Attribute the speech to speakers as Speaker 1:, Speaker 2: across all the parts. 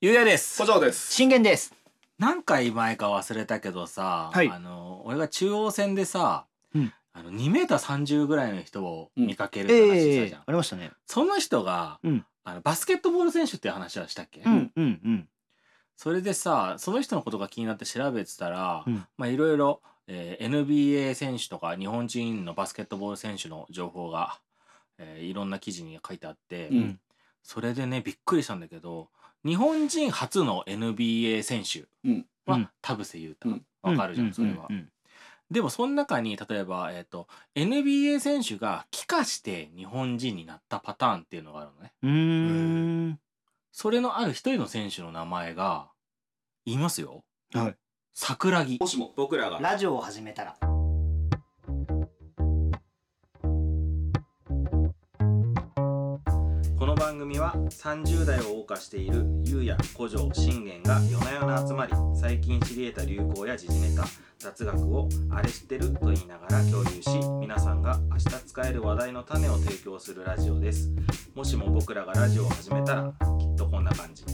Speaker 1: ゆうやです
Speaker 2: 古城です。
Speaker 3: 信玄です。
Speaker 1: 何回前か忘れたけどさ、
Speaker 3: はい
Speaker 1: あの俺が中央線でさ、
Speaker 3: うん
Speaker 1: あの2メーター30ぐらいの人を見かけるって話し
Speaker 3: え
Speaker 1: た
Speaker 3: え
Speaker 1: じゃん、
Speaker 3: ありましたね。
Speaker 1: その人が、
Speaker 3: うん
Speaker 1: あのバスケットボール選手っていう話はしたっけ、
Speaker 3: うんうんうん。
Speaker 1: それでさその人のことが気になって調べてたら、
Speaker 3: うん
Speaker 1: まあいろいろ、えー NBA 選手とか日本人のバスケットボール選手の情報が、えーいろんな記事に書いてあって、
Speaker 2: うん
Speaker 1: それでねびっくりしたんだけど日本人初の NBA 選手は、
Speaker 3: うん
Speaker 1: 田臥勇
Speaker 2: う
Speaker 1: 太
Speaker 2: ん
Speaker 1: わかるじゃん、それは。
Speaker 3: うんうん
Speaker 1: でもその中に例えば、えー、と NBA 選手が帰化して日本人になったパターンっていうのがあるのね。
Speaker 3: うん。うーん。
Speaker 1: それのある一人の選手の名前が言いますよ。
Speaker 3: はい。
Speaker 1: 桜木
Speaker 2: もしも
Speaker 1: 僕らが
Speaker 3: ラジオを始めたら。
Speaker 1: この番組は30代を謳歌しているゆうや古城信玄が夜な夜な集まり最近知り得た流行や時事ネタ雑学をあれ知ってると言いながら共有し皆さんが明日使える話題の種を提供するラジオですもしも僕らがラジオを始めたらきっとこんな感じ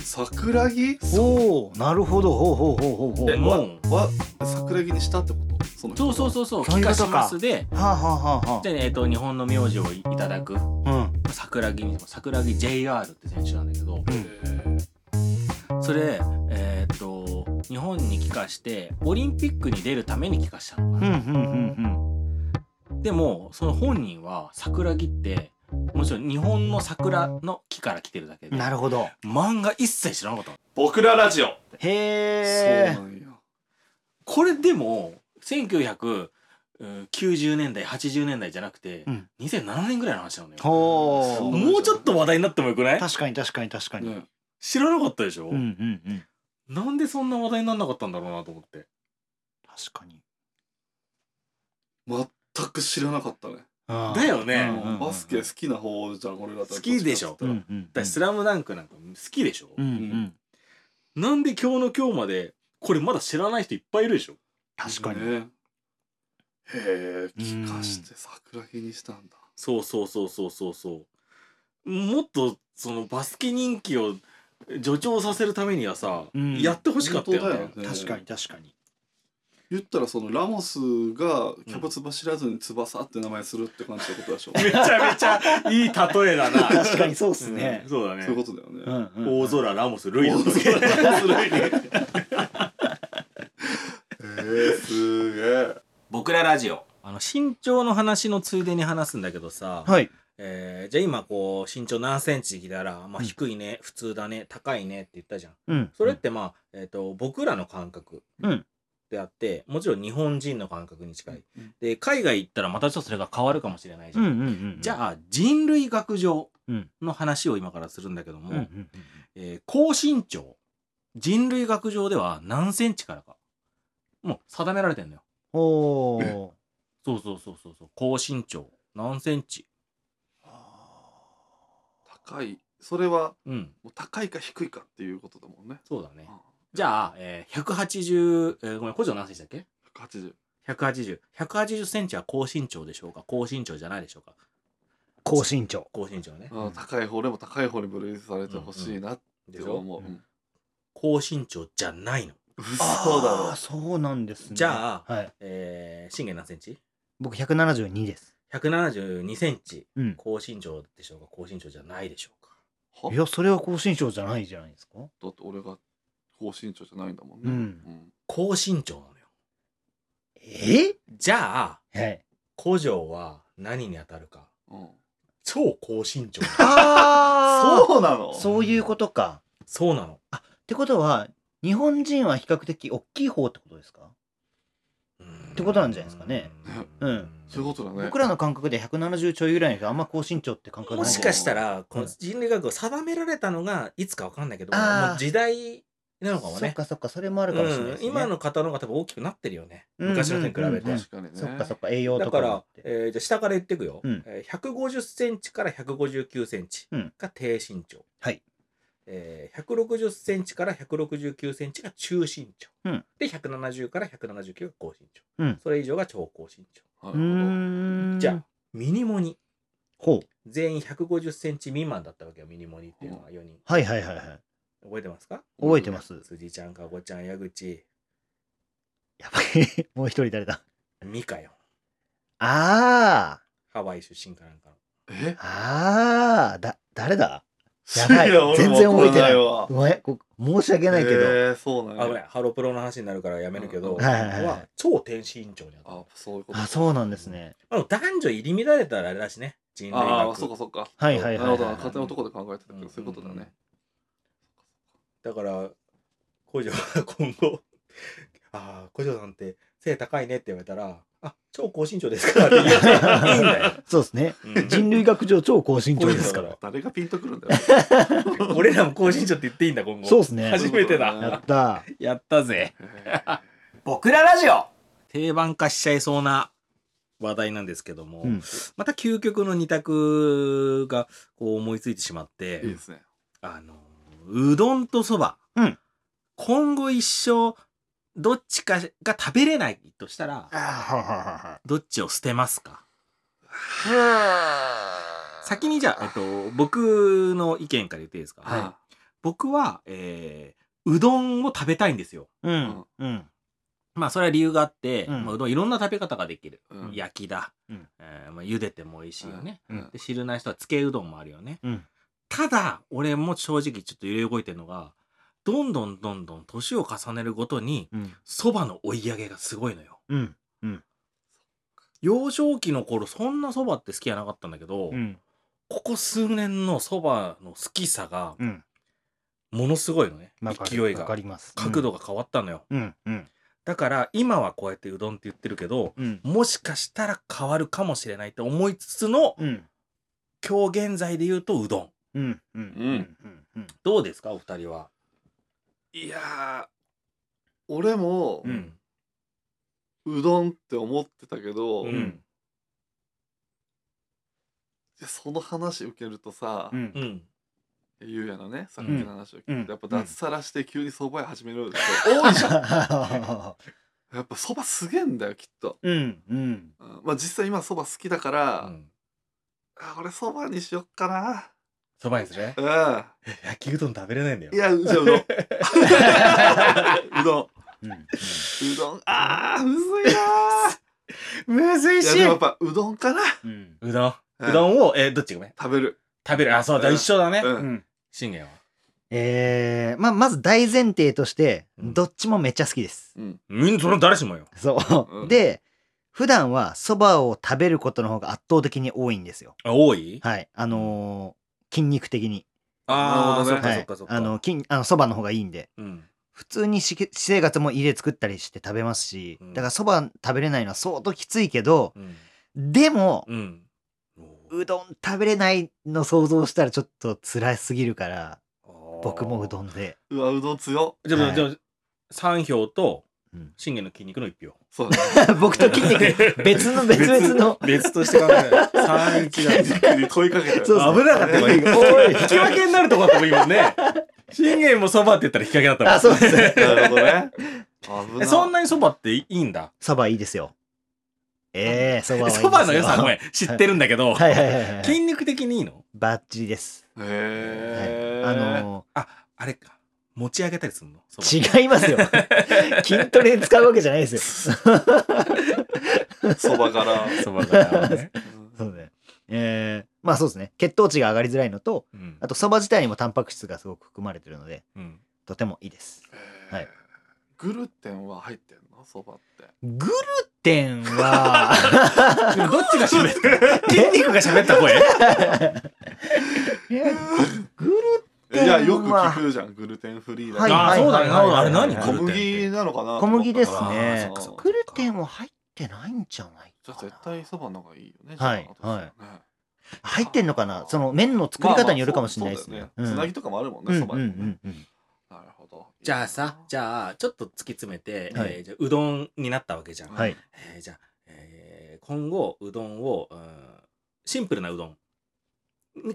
Speaker 2: 桜木
Speaker 3: おお、なるほど。ほうほうほうほうほう。
Speaker 2: えわわ桜木にしたってことその人
Speaker 1: そう
Speaker 2: は
Speaker 1: そうそうそう
Speaker 3: そういうことか
Speaker 1: 帰化しますで
Speaker 3: はあ、はあはあは
Speaker 1: で、えっと日本の名字をいただく
Speaker 3: あ。
Speaker 1: 桜木に桜木 JR って選手なんだけど
Speaker 3: うんう
Speaker 2: へ
Speaker 3: ん。
Speaker 2: ー
Speaker 1: それえーっと日本に帰化してオリンピックに出るために帰化したのか
Speaker 3: うんう
Speaker 1: な、
Speaker 3: んうん
Speaker 1: でもその本人は桜木ってもちろん日本の桜の木から来てるだけ
Speaker 3: う
Speaker 1: で
Speaker 3: ん。なるほど。
Speaker 1: 漫画一切知らなかったの
Speaker 2: 僕らラジオ
Speaker 3: へ
Speaker 2: そ
Speaker 3: え。
Speaker 2: うなんや
Speaker 1: これでも1990年代80年代じゃなくて、
Speaker 3: うん
Speaker 1: 2007年ぐらいの話なのよ
Speaker 3: ほ。
Speaker 2: そう
Speaker 1: もうちょっと話題になってもよくない
Speaker 3: 確かに確かに確かに。
Speaker 2: ね
Speaker 1: 知らなかったでしょ、
Speaker 3: うんうんうん。
Speaker 1: なんでそんな話題にならなかったんだろうなと思って
Speaker 3: 確かに。
Speaker 2: 全く知らなかったね
Speaker 3: あー
Speaker 1: だよね
Speaker 3: うんうんうん
Speaker 2: バスケ好きな方じゃん俺らと
Speaker 1: 好きでしょ
Speaker 3: うんうん
Speaker 1: だからスラムダンクなんか好きでしょ、
Speaker 3: うんうん。
Speaker 1: なんで今日の今日までこれまだ知らない人いっぱいいるでしょ
Speaker 3: 確かに。
Speaker 2: ねへえ聞かして桜木にしたんだ
Speaker 1: そうそうそうそうそうそうもっとそのバスケ人気を助長させるためにはさ、
Speaker 3: うん
Speaker 1: やってほしかったよね
Speaker 2: 本当だよね
Speaker 3: 確かに確かに。
Speaker 2: 言ったらそのラモスがキャブツバ知らずに翼って名前するって感じのことで しょ
Speaker 1: めちゃめちゃいい例えだな
Speaker 3: 確かにそうっすね
Speaker 1: うん。そうだ
Speaker 2: そういうこ
Speaker 1: ね
Speaker 2: とだよね
Speaker 3: うんうんうん
Speaker 1: 大空ラモスルイだったっけ
Speaker 2: 大空ラモスルイにへえすげえ
Speaker 1: 僕らラジオあの身長の話のついでに話すんだけどさ、
Speaker 3: はい。
Speaker 1: えーじゃあ今こう身長何センチ聞いたら、まあ、
Speaker 3: うん
Speaker 1: 低いね、普通だね高いねって言ったじゃん
Speaker 3: うん。
Speaker 1: それってまあ、えっと僕らの感覚
Speaker 3: うん
Speaker 1: であって、もちろん日本人の感覚に近い、
Speaker 2: うん
Speaker 1: で海外行ったらまたちょっとそれが変わるかもしれないじ
Speaker 3: う
Speaker 1: ゃ
Speaker 3: ん
Speaker 1: ん、
Speaker 3: うんうん。
Speaker 1: じゃあ人類学上
Speaker 3: うん
Speaker 1: の話を今からするんだけど
Speaker 3: う
Speaker 1: も、
Speaker 3: んうんうんうん。
Speaker 1: えー高身長人類学上では何センチからかもう定められてんのよ
Speaker 3: おお。
Speaker 1: そうそうそうそうそう高身長何センチ
Speaker 2: 高いそれは
Speaker 1: うん
Speaker 2: もう高いか低いかっていうことだもんね
Speaker 1: そうだね
Speaker 2: あ
Speaker 1: じゃあ、えー、180、えー、ごめん、古城何センチだっけ
Speaker 2: 180
Speaker 1: 180。180センチは高身長でしょうか高身長じゃないでしょうか
Speaker 3: 高身長。
Speaker 1: 高身長ね。
Speaker 2: あー高い方でも高い方に分類されてほしいなっ
Speaker 1: で
Speaker 2: て
Speaker 1: し
Speaker 2: 思
Speaker 1: ょ
Speaker 2: う、
Speaker 1: うん高身長じゃないの。
Speaker 2: 嘘だろ
Speaker 3: あーそうなんですね。
Speaker 1: じゃ
Speaker 3: あ、はい。
Speaker 1: えー、信玄何センチ
Speaker 3: 僕百七十二です。
Speaker 1: ?172 センチ。
Speaker 3: うん。
Speaker 1: 高身長でしょうか高身長じゃないでしょうか
Speaker 2: はい
Speaker 3: や、それは高身長じゃないじゃないですか。
Speaker 2: だって俺が高身長じゃないんだもんね、
Speaker 3: うん
Speaker 1: 高身長なのよ。
Speaker 3: え？
Speaker 1: じゃあ、
Speaker 3: はい。
Speaker 1: 古城は何に当たるか
Speaker 2: うんうん
Speaker 1: 超高身 長。
Speaker 3: あ
Speaker 2: そうなの
Speaker 3: あ。 そういうことか。
Speaker 1: そうなの。
Speaker 3: ってことは日本人は比較的大きい方ってことですか？
Speaker 1: って
Speaker 3: ことなんじゃないですかね。うん
Speaker 2: そういうことだね
Speaker 3: 僕らの感覚で百七十ちょいぐらいの人あんま高身長って感覚ない。
Speaker 1: もしかしたらこの
Speaker 3: うん
Speaker 1: 人類学を定められたのがいつかわかんないけども
Speaker 3: あー
Speaker 1: う時代なのかも
Speaker 3: そっ
Speaker 1: ね
Speaker 3: かそっか、それもあるかもしれないで
Speaker 1: うん
Speaker 3: すね。
Speaker 1: 今の方の方が多きくなってるよね
Speaker 3: うんうん
Speaker 1: 昔の人に比べて、
Speaker 3: うんうん
Speaker 2: 確かにね
Speaker 3: そっかそっか栄養
Speaker 1: だ
Speaker 3: と
Speaker 1: か
Speaker 3: からら、。
Speaker 1: えーじゃあ下から言っていくよ、
Speaker 3: うん
Speaker 1: えー、150センチから159センチ
Speaker 3: うん
Speaker 1: が低身長、
Speaker 3: はい
Speaker 1: えー、160センチから169センチが中身長、
Speaker 3: うん
Speaker 1: で170から179が高身長、
Speaker 3: うん
Speaker 1: それ以上が超高身長
Speaker 2: なる
Speaker 3: う
Speaker 2: ほど
Speaker 3: ーん。
Speaker 1: じゃあミニモニ
Speaker 3: ほう。
Speaker 1: 全員150センチ未満だったわけよ、ミニモニっていうのは4人。
Speaker 3: はいはいはいはい。
Speaker 1: 覚えてますか
Speaker 3: 覚えてます。
Speaker 1: 辻ちゃん、かごちゃん、矢口、
Speaker 3: やばい。 もう一人誰だ
Speaker 1: ミカよ。
Speaker 3: あ
Speaker 1: ハワイ出身かなんかの。
Speaker 2: え
Speaker 3: ー。あー。だ、誰だやばい全然覚えてない
Speaker 2: わ
Speaker 3: うまい。こ申し訳ないけど。
Speaker 2: えー、そうなん
Speaker 1: あ、ごめん、
Speaker 2: や
Speaker 1: ハロプロの話になるからやめるけど、
Speaker 2: うん
Speaker 3: はいはいはいはい
Speaker 1: 超天使委員長にあった。
Speaker 2: あそういうこと
Speaker 3: あ、そうなんですね。
Speaker 1: あの男女入り乱れたらあれだしね、人類学。
Speaker 2: ああそうかそうか
Speaker 3: はいはいはい
Speaker 2: な
Speaker 3: は
Speaker 2: るほ
Speaker 3: い
Speaker 2: ど勝手のとこで考えてたけどそういうことだね
Speaker 1: だから、小嬢は今後、ああ、小嬢さんって背高いねって言われたら、あ、超高身長ですからって言 っていいんだよ。
Speaker 3: そうですね。
Speaker 1: うん
Speaker 3: 人類学上超高身長ですか
Speaker 1: こういうの
Speaker 3: ら。
Speaker 2: 誰がピンとくるんだよ
Speaker 1: 俺らも高身長って言っていいんだ、今後。
Speaker 3: そうですね。
Speaker 1: 初めて
Speaker 2: そういうことだね
Speaker 1: だ。
Speaker 3: やったー。
Speaker 1: やったぜ。
Speaker 2: えー
Speaker 1: 僕らラジオ定番化しちゃいそうな話題なんですけども、
Speaker 3: うん。
Speaker 1: また究極の二択がこう思いついてしまって、
Speaker 2: いいですね
Speaker 1: あの、うどんとそば。
Speaker 3: うん
Speaker 1: 今後一生、どっちかが食べれないとしたら、
Speaker 3: あーはいはいは
Speaker 1: どっちを捨てますか
Speaker 3: いはい。
Speaker 1: 先にじゃあ、えっと、僕の意見から言っていいですか、
Speaker 2: あ
Speaker 1: 僕は、えー、うどんを食べたいんですよ。
Speaker 3: うん。うん。
Speaker 1: まあ、それは理由があって、
Speaker 3: うん
Speaker 1: まあ、うどんいろんな食べ方ができる。
Speaker 2: うん
Speaker 1: 焼きだ。
Speaker 3: うん
Speaker 1: えーまあ、茹でても美味しいよね。
Speaker 2: うん
Speaker 1: で、汁ない人はつけうどんもあるよね。
Speaker 3: うん
Speaker 1: ただ、俺も正直ちょっと揺れ動いてるのが、どんどんどんどん年を重ねるごとに、
Speaker 3: うん。
Speaker 1: そばの追い上げがすごいのよ。
Speaker 3: うん。
Speaker 1: 幼少期の頃、そんなそばって好きじゃなかったんだけど、
Speaker 3: うん。
Speaker 1: ここ数年のそばの好きさが、
Speaker 3: うん。
Speaker 1: ものすごいのね
Speaker 3: わかる
Speaker 1: 勢い
Speaker 3: わか
Speaker 1: が
Speaker 3: ります。
Speaker 1: 角度が変わったのよ、
Speaker 3: うん。うん。
Speaker 1: だから今はこうやってうどんって言ってるけど
Speaker 3: うん。
Speaker 1: もしかしたら変わるかもしれないって思いつつの
Speaker 3: うん。
Speaker 1: 今日現在で言うとうどん
Speaker 3: うん。うん。うん。うん。
Speaker 1: どうですかお二人は、
Speaker 2: いやー俺も
Speaker 3: うん
Speaker 2: うどんって思ってたけど、
Speaker 1: う
Speaker 2: い
Speaker 1: ん
Speaker 2: やその話受けるとさ、
Speaker 3: うん
Speaker 1: う。ん
Speaker 2: ゆうやのねさっきの話を聞いて、
Speaker 3: うん
Speaker 2: やっぱ
Speaker 3: うん
Speaker 2: 脱サラして急にそば屋始める人多いじゃんやっぱそばすげえんだよきっと、
Speaker 3: うん。うん。
Speaker 2: うんまあ実際今そば好きだから、あ俺そばにしよっか
Speaker 1: そばにする
Speaker 2: な
Speaker 1: 焼きうどん食べれないんだよ
Speaker 2: うんいやじゃあうどん うどん
Speaker 3: うん。
Speaker 2: うどんあーむずいな
Speaker 1: むずい
Speaker 2: ーいやでもやっぱうどんかな、
Speaker 3: うん。
Speaker 1: うどん
Speaker 2: うん
Speaker 1: うどんをえーどっちごめん
Speaker 2: 食べる
Speaker 1: 食べるあそうだ、
Speaker 2: うん
Speaker 1: 一緒だね
Speaker 2: うん
Speaker 3: うん。
Speaker 1: 信玄は
Speaker 3: えー、まあ、まず大前提として、
Speaker 1: うん
Speaker 3: どっちもめっちゃ好きです。
Speaker 2: うん
Speaker 1: みんそれ誰しもよ
Speaker 3: そう。
Speaker 2: うん
Speaker 3: で、普段はそばを食べることの方が圧倒的に多いんですよ。
Speaker 1: あ多い
Speaker 3: はい。あのー筋肉的に。
Speaker 1: ああ、
Speaker 2: な
Speaker 1: そ
Speaker 2: る
Speaker 1: っ
Speaker 2: ほど
Speaker 1: か
Speaker 3: は
Speaker 1: そ
Speaker 3: い
Speaker 1: っかそっ。か
Speaker 3: あの、筋、あの、そばの方がいいんで。
Speaker 1: うん
Speaker 3: 普通にし私生活も家で作ったりして食べますし、
Speaker 1: うん
Speaker 3: だからそば食べれないのは相当きついけど、
Speaker 1: うん
Speaker 3: でも、
Speaker 1: うん
Speaker 3: うどん食べれないの想像したらちょっと辛すぎるから、僕もうど
Speaker 1: ん。
Speaker 3: んで。
Speaker 2: うわうどん強
Speaker 1: じゃあ、
Speaker 3: はい
Speaker 1: じゃあ、3票と
Speaker 3: うん、
Speaker 1: 信玄の筋肉の1票。
Speaker 2: そうだね
Speaker 3: 僕と筋 肉、別の、別々の。
Speaker 1: 別として考えない。3、1だった。
Speaker 2: に 問いかけてる
Speaker 3: そうそう
Speaker 1: 危なかったよ、今おい引き分けになるとこだったもん、今ね。信玄もそばって言ったら引き分けだったもん。
Speaker 3: あ、そうですね。
Speaker 2: なるほどね危
Speaker 1: え
Speaker 2: な
Speaker 1: そんなにそばっていいんだ。
Speaker 3: そばいいですよ。ええー、そばはいいです
Speaker 1: そばの良さ、ごめ
Speaker 3: ん。
Speaker 1: ん、知ってるんだけど、
Speaker 3: はいはいはいはい、
Speaker 1: 筋肉的にいいの
Speaker 3: バッチリです。
Speaker 2: へ
Speaker 3: はい
Speaker 2: え、
Speaker 3: あの
Speaker 1: あ、あれか。持ち上げたりするのそば
Speaker 3: ー違 いますよ。筋トレに使うわけじゃないですよ。
Speaker 2: そばから、
Speaker 1: そばだからね。
Speaker 3: そうね。えー、まあそうですね。血糖値が上がりづらいのと、
Speaker 1: うん
Speaker 3: あとそば自体にもタンパク質がすごく含まれてるので、
Speaker 1: うん
Speaker 3: とてもいいです。はい
Speaker 2: グルテンは入ってんのそばって
Speaker 3: グルテンは、
Speaker 1: どっちが喋 った筋肉が喋った声
Speaker 3: いやグル
Speaker 2: い
Speaker 3: テンは
Speaker 2: やよく聞くじゃんグルテンフリーだ、
Speaker 3: はい
Speaker 1: ああ、そうだね。あれ何
Speaker 2: 小
Speaker 1: グルテンって
Speaker 2: 麦なのかな
Speaker 3: 小麦です
Speaker 1: あーそ
Speaker 3: ね
Speaker 1: っかそっ。か
Speaker 3: グルテンは入ってないんじゃない
Speaker 2: じ
Speaker 3: か
Speaker 2: ゃ
Speaker 3: な
Speaker 2: あ絶対そばの方がいいよね
Speaker 3: はい
Speaker 2: じゃあ
Speaker 3: はい
Speaker 2: ね
Speaker 3: 入ってんのかなその麺の作り方によるかもしれないですね
Speaker 2: ま。あまあそうそうだよつなぎとかもあるもんね、
Speaker 3: うん
Speaker 2: そばにもね、
Speaker 3: うんうんうん
Speaker 2: なるほど
Speaker 1: じゃあさ、じ
Speaker 2: ゃ
Speaker 1: ゃあ、ちょっと突き詰めて、
Speaker 3: はい
Speaker 1: えーじゃあうどんになったわけじゃん。
Speaker 3: はい。
Speaker 1: えーじゃあ、えー今後、うどんを、うんシンプルなうどん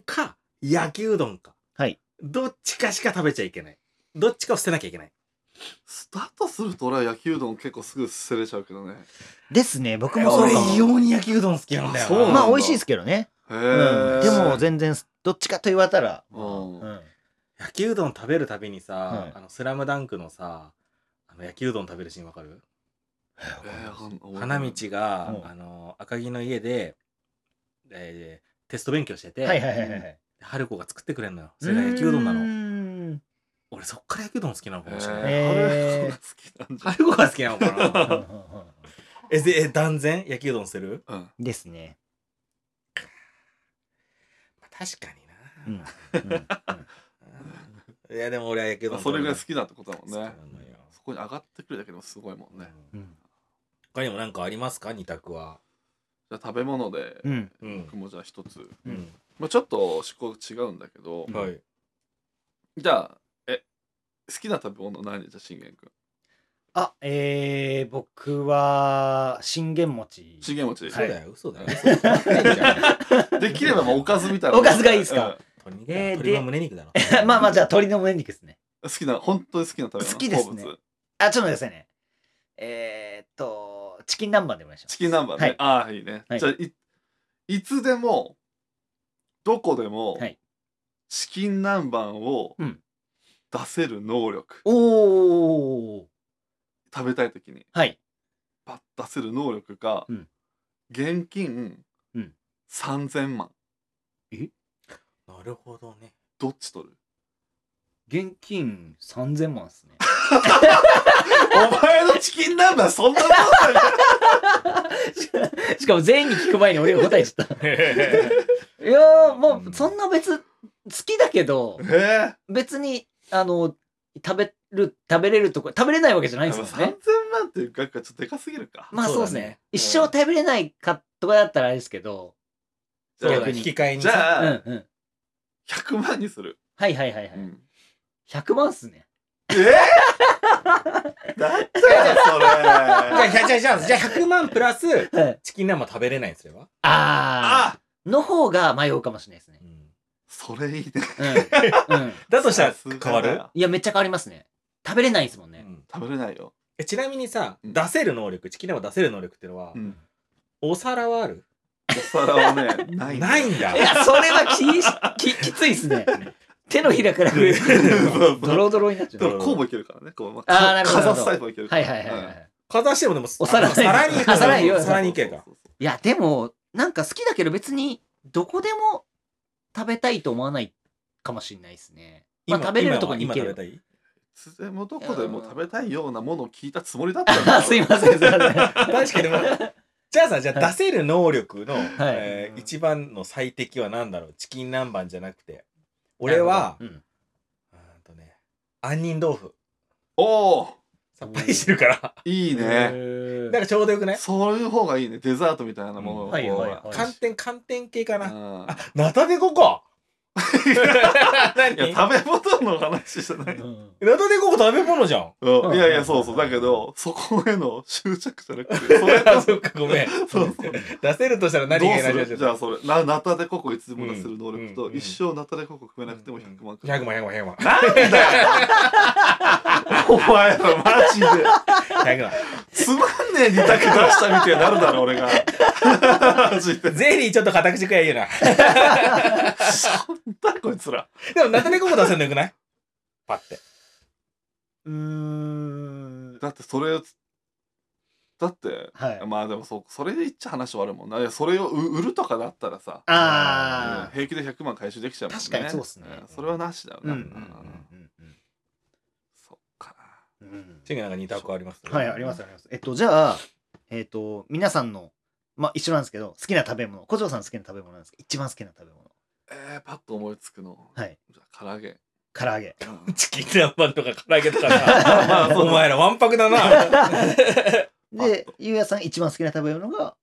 Speaker 1: か、焼きうどんか。
Speaker 3: はい
Speaker 1: どっちかしか食べちゃいけない。どっちかを捨てなきゃいけない。
Speaker 2: スタートすると俺は焼きうどん結構すぐ捨てれちゃうけどね
Speaker 3: ですね。僕
Speaker 1: え
Speaker 3: もそうか
Speaker 1: 俺、
Speaker 3: も
Speaker 1: 異。様に焼きうどん好きなんだよな。
Speaker 2: そうなんだ
Speaker 3: まあ美味しいですけどね。
Speaker 2: へ
Speaker 3: う
Speaker 2: え
Speaker 3: ん、でも全然どっちかと言われたら、
Speaker 2: うん
Speaker 3: うん、
Speaker 1: 焼きうどん食べるたびにさ、
Speaker 3: はい
Speaker 1: あのスラムダンクのさあの焼きうどん食べるシーンわかる
Speaker 2: えーはん
Speaker 1: 花道が、
Speaker 3: うん
Speaker 1: あの赤城の家で、えーテスト勉強してて、
Speaker 3: はいはいはいはい
Speaker 1: 春子が作ってくれるのよそれが焼きうどんなの
Speaker 3: の
Speaker 1: 俺そっから焼きうどん好きなのかもしれない、
Speaker 2: えー
Speaker 3: へー
Speaker 2: 春子が好きなんじゃ
Speaker 1: 春子が好きなのか
Speaker 3: うんう
Speaker 1: なん
Speaker 3: うんうん
Speaker 1: えでえ断然焼きうどんする、
Speaker 2: うん
Speaker 3: ですね、
Speaker 1: まあ、確か
Speaker 3: う
Speaker 1: に
Speaker 3: ん
Speaker 1: な、
Speaker 3: うんうん
Speaker 1: うんいやでも俺は焼きうど
Speaker 2: ま
Speaker 1: ん
Speaker 2: あそれが好
Speaker 1: き
Speaker 2: きだってことだもんね
Speaker 1: 好きなのよ
Speaker 2: そこに上がってくるだけでもすごいもんね
Speaker 3: うん
Speaker 1: 他にも何かありますか二択は
Speaker 2: じゃあ食べ物で
Speaker 3: うん
Speaker 1: うん
Speaker 2: 僕もじゃあ一つ
Speaker 1: うん
Speaker 2: まあちょっと思考違うんだけど
Speaker 3: うん
Speaker 1: はい
Speaker 2: じゃあえ好きな食べ物何じゃあ信玄君
Speaker 3: あえー、僕は信玄餅
Speaker 2: 信玄餅でしょ
Speaker 1: 嘘だよ嘘だよ
Speaker 2: はい
Speaker 1: 嘘だよ嘘だよ
Speaker 2: できればまあおかずみたいな
Speaker 3: おかずがいいですか
Speaker 1: 鶏
Speaker 3: えーで
Speaker 1: 鶏は胸肉だろ
Speaker 3: まあまあじゃあ鶏の胸肉ですね
Speaker 2: うん好きな本当に好きな食べ物
Speaker 3: 好きですね
Speaker 2: 好物
Speaker 3: あちょっと待ってくださいねえー、っとチキン南蛮でお願いします
Speaker 2: チキン南蛮ね、
Speaker 3: はい
Speaker 2: ああいいね、
Speaker 3: はい
Speaker 2: じゃあいいつでもどこでも、
Speaker 3: はい
Speaker 2: チキン南蛮を
Speaker 3: うん
Speaker 2: 出せる能力、
Speaker 3: おお
Speaker 2: 食べたい時に
Speaker 3: はい
Speaker 2: パッ出せる能力が、
Speaker 3: うん
Speaker 2: 現金、
Speaker 3: うん
Speaker 2: 3000万
Speaker 1: なるほど ね
Speaker 2: どっち取る
Speaker 3: 現金3000万ですね
Speaker 2: お前のチキン南蛮そんなもんだよ
Speaker 3: しかも全員に聞く前に俺が答えちゃったいやーもうそんな別好きだけど
Speaker 2: え
Speaker 3: 別にあの食べる食べれるとこ食べれないわけじゃな
Speaker 2: え
Speaker 3: いん
Speaker 2: ー、
Speaker 3: で
Speaker 2: でも
Speaker 3: す
Speaker 2: 3000
Speaker 3: もんね
Speaker 2: 万っていう額がちょっとでかすぎるか、
Speaker 3: まあそうです
Speaker 1: そう
Speaker 3: ね
Speaker 1: だね
Speaker 3: 一生食べれないかとかだったらあれですけど
Speaker 2: じゃあ
Speaker 1: そうだね引き換えに
Speaker 2: じ
Speaker 1: さ
Speaker 3: う
Speaker 2: ゃ
Speaker 3: ん
Speaker 2: あ、
Speaker 3: うん
Speaker 2: 100万にする、
Speaker 3: はいはいはいはい、
Speaker 2: うん
Speaker 3: 100万っすね
Speaker 2: えー、 だったらそれ
Speaker 1: じゃあじゃあじゃあじゃあじゃあ100万プラス
Speaker 3: はい
Speaker 1: チキン南蛮食べれないんすれば、
Speaker 3: あ
Speaker 2: あ
Speaker 3: あの方が迷うかもしれないですね
Speaker 2: それいいね
Speaker 3: うん、うん、
Speaker 1: だとしたら
Speaker 2: さすがだ
Speaker 1: 変わる
Speaker 2: よ
Speaker 3: いやめっちゃ変わりますね食べれないですもんね、
Speaker 1: うん
Speaker 2: 食べれないよ、
Speaker 1: えちなみにさ、
Speaker 2: うん
Speaker 1: 出せる能力チキン南蛮出せる能力ってのは、
Speaker 2: うん、
Speaker 1: お皿はある
Speaker 2: お皿はねないんだ
Speaker 1: ないんだ
Speaker 3: いやそれはきききついっす ね手のひらから増えてくる
Speaker 2: そうそう
Speaker 3: ドロドロになっちゃ
Speaker 2: で
Speaker 3: う
Speaker 2: もこうもいけるからねこう、ま
Speaker 3: あーなるほど
Speaker 2: かざすタイプもいけるか
Speaker 3: は
Speaker 2: ら
Speaker 3: いはいはい、はい
Speaker 2: うん
Speaker 3: い、
Speaker 1: かざしてもでも
Speaker 3: お皿
Speaker 1: あ皿に行く
Speaker 3: あ皿に行く
Speaker 1: 皿に行けか
Speaker 2: そうそうそう
Speaker 3: いやでもなんか好きだけど別にどこでも食べたいと思わないかもしれないですね、まあ、
Speaker 1: 今
Speaker 3: 食べれるとこに行け
Speaker 1: 今
Speaker 3: る
Speaker 1: 食べたい
Speaker 2: いつでもどこでも食べたいようなものを聞いたつもりだったんだ
Speaker 3: あすいませんすいません
Speaker 1: 確かにでもじゃあさじゃあ出せる能力の、えー
Speaker 2: うん
Speaker 1: 一番の最適は何だろうチキン南蛮じゃなくて俺は
Speaker 3: う、ん、
Speaker 1: うーんとね杏仁豆腐
Speaker 2: おお
Speaker 1: さっぱりしてるから
Speaker 2: いいね
Speaker 1: なんかちょうどよくない
Speaker 2: そういう方がいいねデザートみたいなものを、
Speaker 1: うん
Speaker 3: はいはいはい
Speaker 1: 寒天寒天系かな
Speaker 2: うん
Speaker 1: あナタデココ 何
Speaker 2: いや食べ物の話じゃない、
Speaker 3: うん
Speaker 1: ナタデココ食べ物じゃん
Speaker 2: うん、いやいやそうそううんだけどそこへの執着じゃなく てそれと
Speaker 1: そっかごめん
Speaker 2: そう
Speaker 1: 出せるとしたら 何
Speaker 2: ど
Speaker 1: が
Speaker 2: う
Speaker 1: いい
Speaker 2: す
Speaker 1: な
Speaker 2: るじゃあそれなナタデココいつでも出せる能力
Speaker 1: うん
Speaker 2: と、
Speaker 1: うんうん
Speaker 2: 一生ナタデココ食えなくても100万
Speaker 1: 100万100万100万
Speaker 2: お前らマジで
Speaker 1: 100万
Speaker 2: つまんねえ二択出したみたいになるだろ俺が マジ で
Speaker 1: ゼリーちょっと固口食え言うな
Speaker 2: そんなこいつら
Speaker 1: でもナタデココ出せんのよくないパって
Speaker 3: うーん
Speaker 2: だってそれをだって
Speaker 3: はい
Speaker 2: まあでもそうそれで言っちゃ話はあるもんないやそれをう売るとかだったらさ、うん
Speaker 3: ああ、
Speaker 2: 平気で100万回収できちゃうもんね
Speaker 3: 確かにそうっすね
Speaker 2: んそれはなしだよ
Speaker 3: うん
Speaker 2: な、
Speaker 3: うん
Speaker 2: そっか
Speaker 3: うんうんうん
Speaker 1: チェンがなんか2択あります
Speaker 3: はいありますありますえっとじゃあえっと皆さんのまあ一緒なんですけど好きな食べ物小城さん好きな食べ物なんですけど一番好きな食べ物
Speaker 2: えー、パッと思いつくの
Speaker 3: はい
Speaker 2: じゃあ唐揚げ、
Speaker 3: 唐揚げ
Speaker 2: うん
Speaker 1: チキン南蛮とか唐揚げとか さお前らわんぱくだな
Speaker 3: でゆうやさん一番好きな食べ物が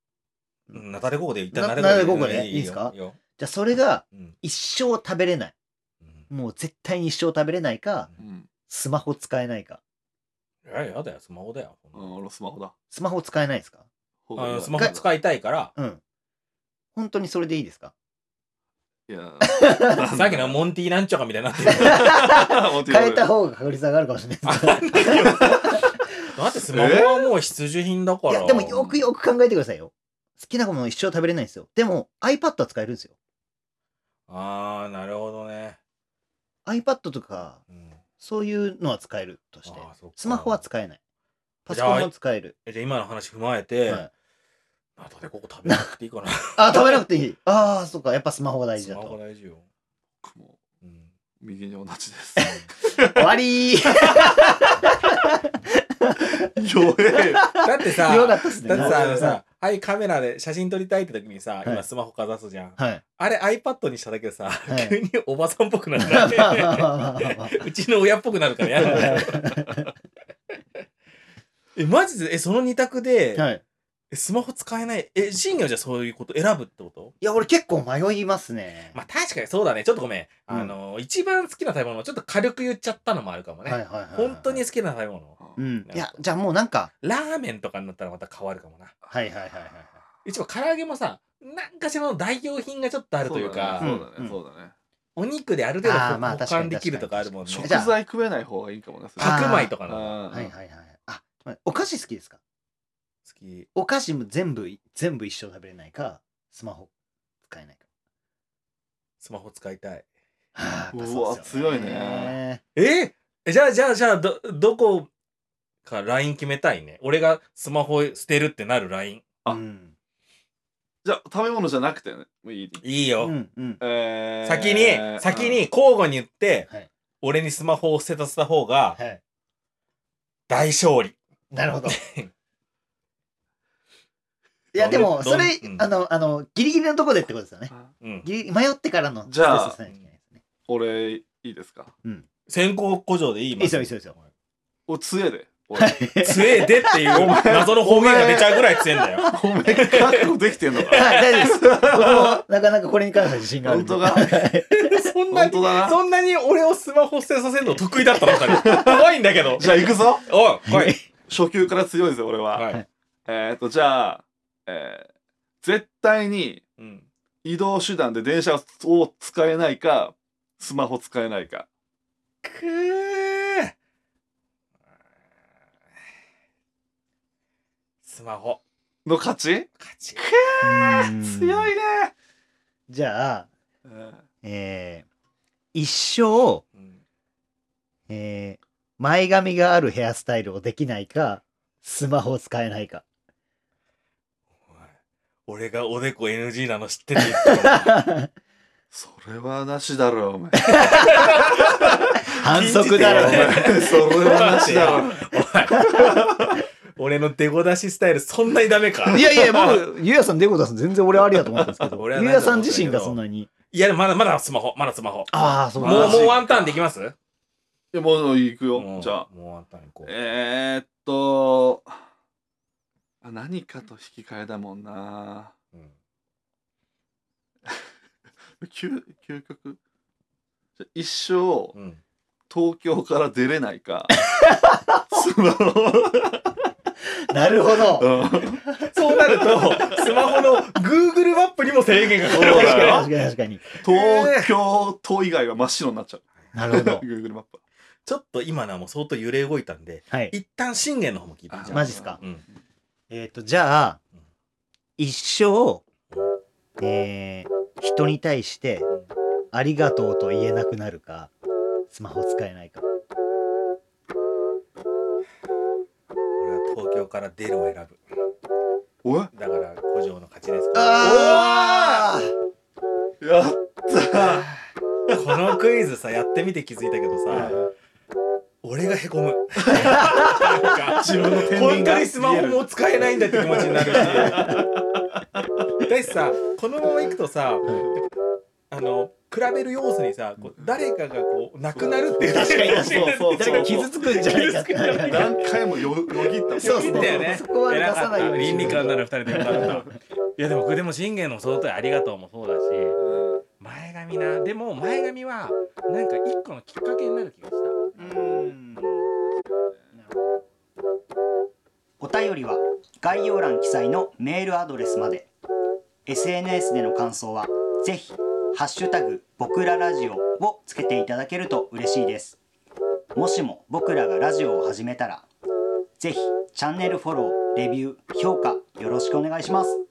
Speaker 1: うんナタデココで一旦
Speaker 3: な
Speaker 1: ナタデココ
Speaker 3: ナタデココでいいですか
Speaker 1: いいよ
Speaker 3: じゃあそれが
Speaker 1: うん
Speaker 3: 一生食べれないもう絶対に一生食べれないか
Speaker 2: うん
Speaker 3: スマホ使えないか
Speaker 1: いややだよスマホだよ
Speaker 2: うん、俺スマホだ
Speaker 3: スマホ使えないですか
Speaker 2: ほう
Speaker 1: あ
Speaker 2: がいい
Speaker 1: の
Speaker 2: な
Speaker 1: スマホ使いたいから
Speaker 3: うん本当にそれでいいですか
Speaker 2: いや
Speaker 1: さっきのモンティなんちゃかみたいになって る
Speaker 3: 変えた
Speaker 2: 方
Speaker 3: 方が確率上がるかもしれないですね
Speaker 1: だってスマホはもう必需品だか
Speaker 3: い
Speaker 1: ら
Speaker 3: やでもよくよく考えてくださいよきなもの一生食べれないんですよ。でも iPad は使えるんですよ。
Speaker 1: ああなるほどね、
Speaker 3: iPad とか、
Speaker 1: うん、
Speaker 3: そういうのは使えるとして。
Speaker 1: あーそっか
Speaker 3: スマホは使えない。パソコンも使える。
Speaker 1: えじゃあ今の話踏まえて、
Speaker 3: はい
Speaker 1: あとでここ食べなくていいかな
Speaker 3: あ、食べなくていい。ああ、そっか。やっぱスマホが 大事
Speaker 1: ス
Speaker 3: だ
Speaker 1: マホ
Speaker 3: と。
Speaker 1: 大事よ、
Speaker 2: 僕も
Speaker 1: うん、
Speaker 2: 右に同じ です。
Speaker 3: 終わりー
Speaker 2: 弱え。
Speaker 1: だって さ
Speaker 3: よかったっすね。
Speaker 1: だってさあの
Speaker 3: は
Speaker 1: さはいカメラで写真撮りたいって時にさ、
Speaker 3: は
Speaker 1: 今
Speaker 3: い
Speaker 1: スマホかざすじゃん
Speaker 3: い。
Speaker 1: あれ iPad にしただけでさ、
Speaker 3: はい
Speaker 1: 急におばさんっぽくなる
Speaker 3: まあまあまあ
Speaker 1: ね
Speaker 3: まあまあ
Speaker 1: うちの親っぽくなるからやだねえマジでえその二択で、
Speaker 3: はい。
Speaker 1: えスマホ使えないえ信玄はじゃあそういうこと選ぶってこと
Speaker 3: いや、俺結構迷いますね。
Speaker 1: まあ確かにそうだねちょっとごめん、
Speaker 3: うん
Speaker 1: あの一番好きな食べ物をちょっと軽く言っちゃったのもあるかもね、
Speaker 3: はいはいはいはい。
Speaker 1: 本当に。好きな食べ物
Speaker 3: うん。いや、じゃあもうなんか、
Speaker 1: ラーメンとかになったらまた変わるかもな
Speaker 3: はいはいはいはいはい。
Speaker 1: 一番唐揚げもさなんかしらの代用品がちょっとあるというか
Speaker 2: そうだ
Speaker 3: う
Speaker 2: ね、
Speaker 3: ん
Speaker 2: そうだね。
Speaker 1: お肉である程度
Speaker 3: あーまあ
Speaker 1: 保
Speaker 3: 確かに
Speaker 1: 管できるとかあるもんね
Speaker 3: 確
Speaker 2: 食
Speaker 3: かに確かにじゃあ
Speaker 2: 材食えない方がいいかもね。それ
Speaker 3: あ
Speaker 1: 白米とかの
Speaker 2: うん
Speaker 3: はいはいはい。あ、お菓子好きですか
Speaker 1: 好き
Speaker 3: お菓子も全部、全部一生食べれないか、スマホ使えないか。
Speaker 1: スマホ使いたい
Speaker 3: はあやっぱ
Speaker 2: うわ
Speaker 3: そうっすよ
Speaker 2: 強いね。
Speaker 1: ええじゃあじゃあじゃあどどこか LINE 決めたいね俺がスマホ捨てるってなる LINE
Speaker 2: あ
Speaker 3: うん。
Speaker 2: じゃあ食べ物じゃなくてね。もういい。
Speaker 1: いいよ、
Speaker 3: うんうん。
Speaker 2: えー
Speaker 1: 先に、先に。交互に言って、
Speaker 3: はい
Speaker 1: 俺にスマホを捨てさせた方が
Speaker 3: はい。
Speaker 1: 大勝利
Speaker 3: なるほど。いや、で
Speaker 1: ど
Speaker 3: も、そ
Speaker 1: んどん
Speaker 3: れ
Speaker 1: う、ん
Speaker 3: あの、あの、ギリギリのとこでってことですよね。
Speaker 2: あ
Speaker 1: うん
Speaker 3: ギリ迷ってからの
Speaker 2: じゃあ
Speaker 3: ステージさせないといけないですね。
Speaker 2: 俺、いいですか
Speaker 1: 先行古城でいい
Speaker 3: いいですよ、いいですよいいですよ。
Speaker 2: お、杖 で。俺
Speaker 1: 強えでっていう謎の方言が出ちゃうぐらい強えんだよ。
Speaker 2: おめえ、確保できてんのか。
Speaker 3: はい、大丈夫です。僕もなかなかこれに関しては自信があるんで。
Speaker 2: 本当だ
Speaker 3: はい
Speaker 1: そんな
Speaker 2: 本
Speaker 1: に、
Speaker 2: 当だな。
Speaker 1: そんなに俺をスマホ捨てさせるの得意だったのかね。怖いんだけど。
Speaker 2: じゃあ行くぞ。
Speaker 1: おい、来い。
Speaker 2: 初級から強いぜ、俺は。
Speaker 1: はい。
Speaker 2: えーっと、じゃあ、えー絶対に
Speaker 1: うん。
Speaker 2: 移動手段で電車を使えないか、スマホ使えないか。
Speaker 1: くースマホ。
Speaker 2: の勝ち
Speaker 1: 勝ち。
Speaker 2: 強いね。
Speaker 3: じゃあ、
Speaker 2: うん
Speaker 3: えー、一生、
Speaker 1: うん
Speaker 3: えー、前髪があるヘアスタイルをできないか、スマホを使えないか。
Speaker 1: おい俺がおでこ NG なの知ってて言ったの
Speaker 2: それはなしだろ、お 前。
Speaker 3: 反則だろ、
Speaker 1: 禁じてよ
Speaker 3: ね、
Speaker 2: それはなしだ ろ。
Speaker 1: おい俺のデゴ出しスタイルそんなにダメか
Speaker 3: いやいや、僕、ゆうやさん、デコダさん、全然俺ありだと思ったんですけど、
Speaker 1: 俺は
Speaker 3: ゆう
Speaker 1: ない
Speaker 3: や
Speaker 1: と思
Speaker 3: さ
Speaker 1: うん
Speaker 3: ん
Speaker 1: だけど
Speaker 3: 自身がそんなに。
Speaker 1: いや、まだまだスマホ、まだスマホ。
Speaker 3: ああ、そう
Speaker 1: もう、
Speaker 2: マジ
Speaker 1: もう
Speaker 2: か
Speaker 1: ワンターンできます
Speaker 2: いやもう行く
Speaker 1: う
Speaker 2: よ
Speaker 1: ん。
Speaker 2: じゃあ。
Speaker 1: もうワンターン行こう。
Speaker 2: えー、っと、あ何かと引き換えだもんな。
Speaker 1: うん
Speaker 2: 究究極じゃあ一生、
Speaker 1: うん
Speaker 2: 東京から出れない か。スマホ。
Speaker 3: なるほど。
Speaker 2: うん
Speaker 1: そうなると、スマホの Google マップにも制限がかかる
Speaker 2: そう
Speaker 3: 確か
Speaker 2: だよ
Speaker 3: に、確かに、確かに。
Speaker 2: 東京都以外は真っ白になっちゃう。
Speaker 3: なるほど。
Speaker 2: Google マップ。
Speaker 1: ちょっと今のはもう相当揺れ動いたんで、
Speaker 3: はい。
Speaker 1: 一旦信玄の方も聞いていいじゃん
Speaker 3: マジっすか
Speaker 1: うん。
Speaker 3: えっ、と、じゃあ
Speaker 1: うん、
Speaker 3: 一生、えー、人に対して、ありがとうと言えなくなるか、スマホ使えないか。
Speaker 1: 俺は東京から出るを選ぶ。
Speaker 2: おい
Speaker 1: だから、古城の勝ちですから。
Speaker 3: あ
Speaker 2: やった
Speaker 1: このクイズさ、やってみて気づいたけどさ、俺がへこむ。
Speaker 2: 自分の天
Speaker 1: 本
Speaker 2: 秤が
Speaker 1: 当にスマホも使えないんだって気持ちになるし。だしさ、このままいくとさ、あの、比べる要素にさ、こう誰かがこう、なくなるっていう。
Speaker 3: 確かに確
Speaker 2: かにそうそう
Speaker 3: 誰か傷つくんじゃないかって。
Speaker 2: 何回もよよぎったもん
Speaker 3: そ
Speaker 1: そ
Speaker 3: う
Speaker 1: う
Speaker 3: そう
Speaker 1: だよね
Speaker 3: そこは出さないように
Speaker 1: 偉かった倫理観のある二人でよかったいやでも僕でも信玄の相当ありがとうもそうだし前髪なでも前髪はなんか一個のきっかけになる気がし
Speaker 4: お便りは概要欄記載のメールアドレスまで SNS での感想はぜひ「ハッシュタグ僕らラジオ」をつけていただけると嬉しいですもしも僕らがラジオを始めたらぜひチャンネルフォローレビュー評価よろしくお願いします